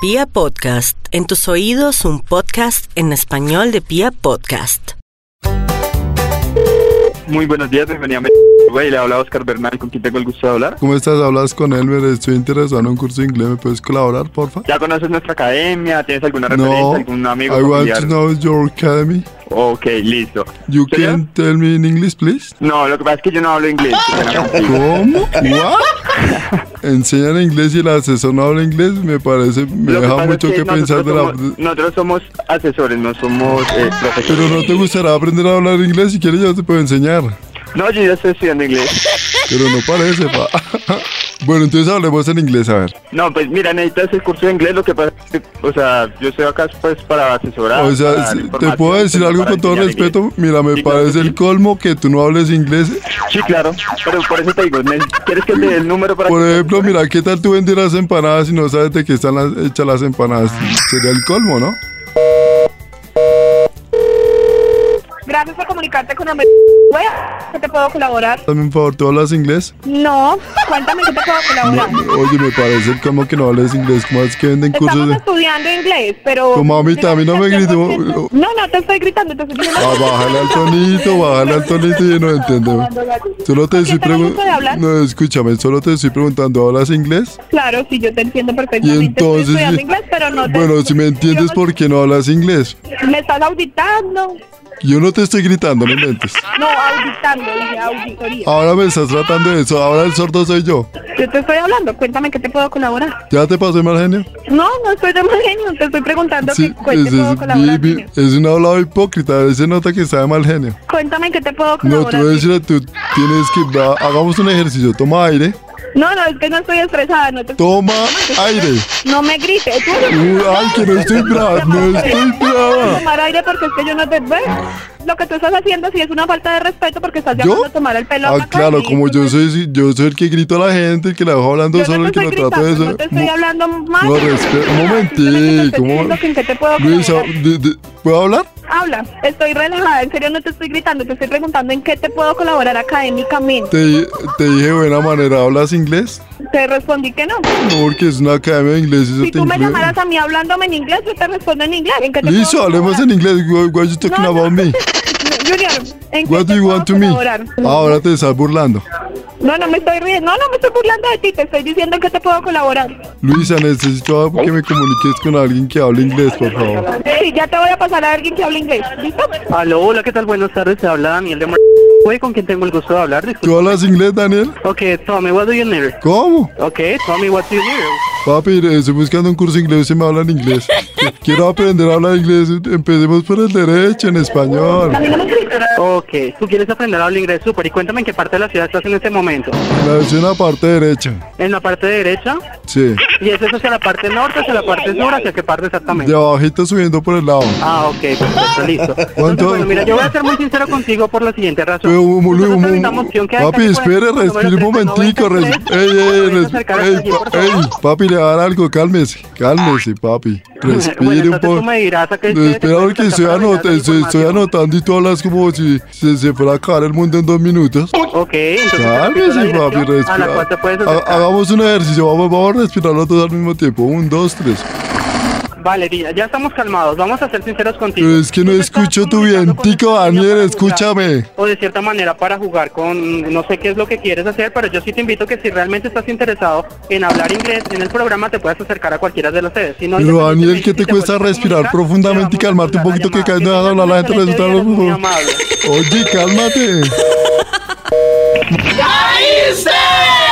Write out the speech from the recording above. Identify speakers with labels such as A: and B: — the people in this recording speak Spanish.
A: Pia Podcast, en tus oídos un podcast en español de Pia Podcast.
B: Muy buenos días, bienvenida a Me- Güey, le habla Oscar Bernal, con quien tengo el gusto de hablar.
C: ¿Cómo estás? ¿Hablas con Elmer? Estoy interesado en un curso de inglés. ¿Me puedes colaborar, porfa?
B: ¿Ya conoces nuestra academia? ¿Tienes alguna referencia?
C: No.
B: ¿Algún amigo
C: I want
B: familiar?
C: to know your academy.
B: Ok, listo.
C: You
B: ¿Sería?
C: can tell me in English, please.
B: No, lo que pasa es que yo no hablo inglés. pena contigo.
C: ¿Cómo? ¿What? Enseñan inglés y el asesor no habla inglés. Me parece, me
B: Lo
C: deja
B: pasa
C: mucho
B: es
C: que pensar de la...
B: nosotros somos, nosotros somos asesores, no somos eh, profesores.
C: Pero no te gustará aprender a hablar inglés. Si quieres, yo te puedo enseñar.
B: No, yo ya estoy estudiando inglés.
C: Pero no parece, pa. Bueno, entonces hablemos en inglés, a ver.
B: No, pues mira, necesitas el curso de inglés, lo que pasa es que, o sea, yo estoy acá pues para asesorar.
C: O
B: para
C: sea,
B: dar
C: si- ¿te
B: información,
C: puedo decir algo
B: para
C: con todo
B: enseñar inglés.
C: respeto? Mira, me
B: Sí, claro que
C: parece
B: sí.
C: el colmo que tú no hables inglés.
B: Sí, claro, pero por eso te digo, ¿me- ¿quieres que te dé el número para
C: Por
B: que-
C: ejemplo, mira, ¿qué tal tú vendieras empanadas y no sabes de qué están las- hechas las empanadas? Sería el colmo, ¿no?
D: Gracias por comunicarte con América. ¿Qué te puedo colaborar?
C: También, por favor, ¿tú hablas inglés?
D: No, cuéntame qué te puedo colaborar.
C: Oye, me parece el colmo que no hables inglés. ¿Cómo es que venden cursos
D: Estamos
C: de...?
D: estudiando inglés, pero...
C: Tu mamita, a mí no me gritó.
D: No, no te estoy gritando, te estoy diciendo...
C: Ah, bájale al tonito, bájale al tonito y no entendemos. Solo te estoy
D: ¿Estás loco de
C: preguntando...
D: hablar?
C: No, escúchame, solo te estoy preguntando, ¿hablas inglés?
D: Claro, sí, yo te entiendo perfectamente.
C: Y entonces...
D: Estoy estudiando
C: si-
D: inglés, pero no te...
C: Bueno, si me entiendes, ¿por qué no hablas inglés?
D: Me estás auditando.
C: Yo no te estoy gritando, no inventes.
D: No, auditando, dije auditoría.
C: Ahora me estás tratando de eso, ahora el sordo soy yo.
D: Yo te estoy hablando, cuéntame qué te puedo colaborar.
C: ¿Ya te pasó, mal genio?
D: No, no estoy de mal genio, te estoy preguntando
C: Sí,
D: qué qué
C: es,
D: te puedo
C: es-
D: colaborar.
C: vi- vi-
D: niño.
C: es un hablado hipócrita, ese nota que está de mal genio.
D: Cuéntame qué te puedo
C: No,
D: colaborar.
C: tú, decirle, tú tienes que, va- hagamos un ejercicio, toma aire,
D: No, no, es que no estoy estresada, no te
C: toma aire.
D: No me grites, tú eres-
C: Uy, ay, que no estoy brava, no estoy
D: Vas a
C: brava.
D: tomar aire porque es que yo no te veo. Lo que tú estás haciendo sí es una falta de respeto porque estás
C: ¿Yo?
D: llamando a tomar el pelo. a
C: Ah,
D: una
C: claro,
D: cosa y
C: como
D: tú
C: yo
D: no-
C: soy, yo soy el que grito a la gente, el que la dejo hablando
D: Yo
C: solo,
D: no
C: el
D: te
C: que lo
D: estoy
C: trato de
D: gritando,
C: eso.
D: no te estoy hablando mal.
C: no, respe- un
D: Simplemente te
C: momentico,
D: estoy
C: un
D: diciendo que en qué te puedo
C: mo- Luisa,
D: colaborar.
C: de- de- ¿puedo hablar?
D: Habla, estoy relajada, en serio no te estoy gritando, te estoy preguntando en qué te puedo colaborar académicamente.
C: Te, te dije de buena manera, ¿hablas inglés?
D: Te respondí que no.
C: No, porque es una academia de inglés y eso
D: Si
C: te
D: tú me
C: incluye-
D: llamaras a mí hablándome en inglés, yo te respondo en inglés. ¿En qué te
C: Listo,
D: puedo
C: hablemos
D: colaborar?
C: en inglés. Why, why you talking
D: No, no.
C: about me?
D: Junior, ¿en qué
C: What do
D: te
C: you
D: puedo
C: want to me? Ah,
D: colaborar?
C: Ahora te estás burlando.
D: No, no me estoy riendo, no, no me estoy burlando de ti, te estoy diciendo que te puedo colaborar.
C: Luisa, necesito que me comuniques con alguien que hable inglés, por favor.
D: Sí, ya te voy a pasar a alguien que hable inglés, ¿listo?
E: Aló, hola, ¿qué tal? Buenas tardes, se habla Daniel de Mar... Güey, ¿con quién tengo el gusto de hablar? Disculpe.
C: ¿Tú hablas inglés, Daniel?
E: Okay, tell me, what do you need?
C: ¿Cómo?
E: Okay, tell me, what do you need?
C: Papi, estoy buscando un curso de inglés y me hablan inglés. Quiero aprender a hablar inglés. Empecemos por el derecho, en español.
D: A mí no me grites.
E: Okay, tú quieres aprender a hablar inglés, súper, y cuéntame en qué parte de la ciudad estás en este momento.
C: La versión a parte derecha.
E: ¿En la parte derecha?
C: Sí.
E: ¿Y eso es hacia la parte norte, hacia la parte sur, hacia qué parte exactamente?
C: De abajito subiendo por el lado.
E: Ah, ok, perfecto, listo. Entonces,
C: ¿Cuánto?
E: bueno, mira, yo voy a ser muy sincero contigo por la siguiente razón.
C: Pero, un- un-
E: Nosotros
C: un-
E: habitamos opción que hay
C: papi,
E: calle
C: espere,
E: 40,
C: respire un
E: número
C: momentico. res-
E: 393.
C: Ey, ey,
E: ¿Puedes
C: res-
E: acercar hasta
C: ey,
E: allí, por
C: pa-
E: favor?
C: ey, papi, le va a dar algo, cálmese, cálmese, papi.
E: Bueno,
C: Respire un
E: entonces tú
C: poco.
E: me dirás a qué te- te
C: Espera, porque
E: cuentas
C: estoy,
E: para mirar
C: anot-
E: la
C: estoy- estoy
E: información.
C: anotando y tú hablas como si se, se fuera a acabar el mundo en dos minutos.
E: Ok, entonces te repito la
C: Cálmese,
E: dirección
C: papi,
E: a la
C: respira.
E: cual te puedes
C: Ha-
E: acercar.
C: Hagamos un ejercicio, vamos, vamos a respirar los dos al mismo tiempo. Un, dos, tres.
E: Vale, Lina, ya estamos calmados. Vamos a ser sinceros contigo.
C: Pero es que
E: Tú
C: no
E: te estás
C: escucho tu
E: comunicando con
C: vientico,
E: esta niña
C: Daniel,
E: para
C: escúchame.
E: jugar, O de cierta manera para jugar con, no sé qué es lo que quieres hacer, pero yo sí te invito que si realmente estás interesado en hablar inglés en el programa, te puedas acercar a cualquiera de las sedes. Si no,
C: Pero
E: independientemente,
C: Daniel, ¿qué
E: si
C: te cuesta
E: vuelves a
C: respirar
E: comunicar,
C: profundamente y
E: te vamos
C: calmarte
E: a
C: un poquito que
E: colgar
C: cada
E: la
C: vez
E: llamada.
C: habla la
E: Que
C: gente,
E: tengas un
C: resulta-
E: excelente día, eres muy amable.
C: Oye, cálmate.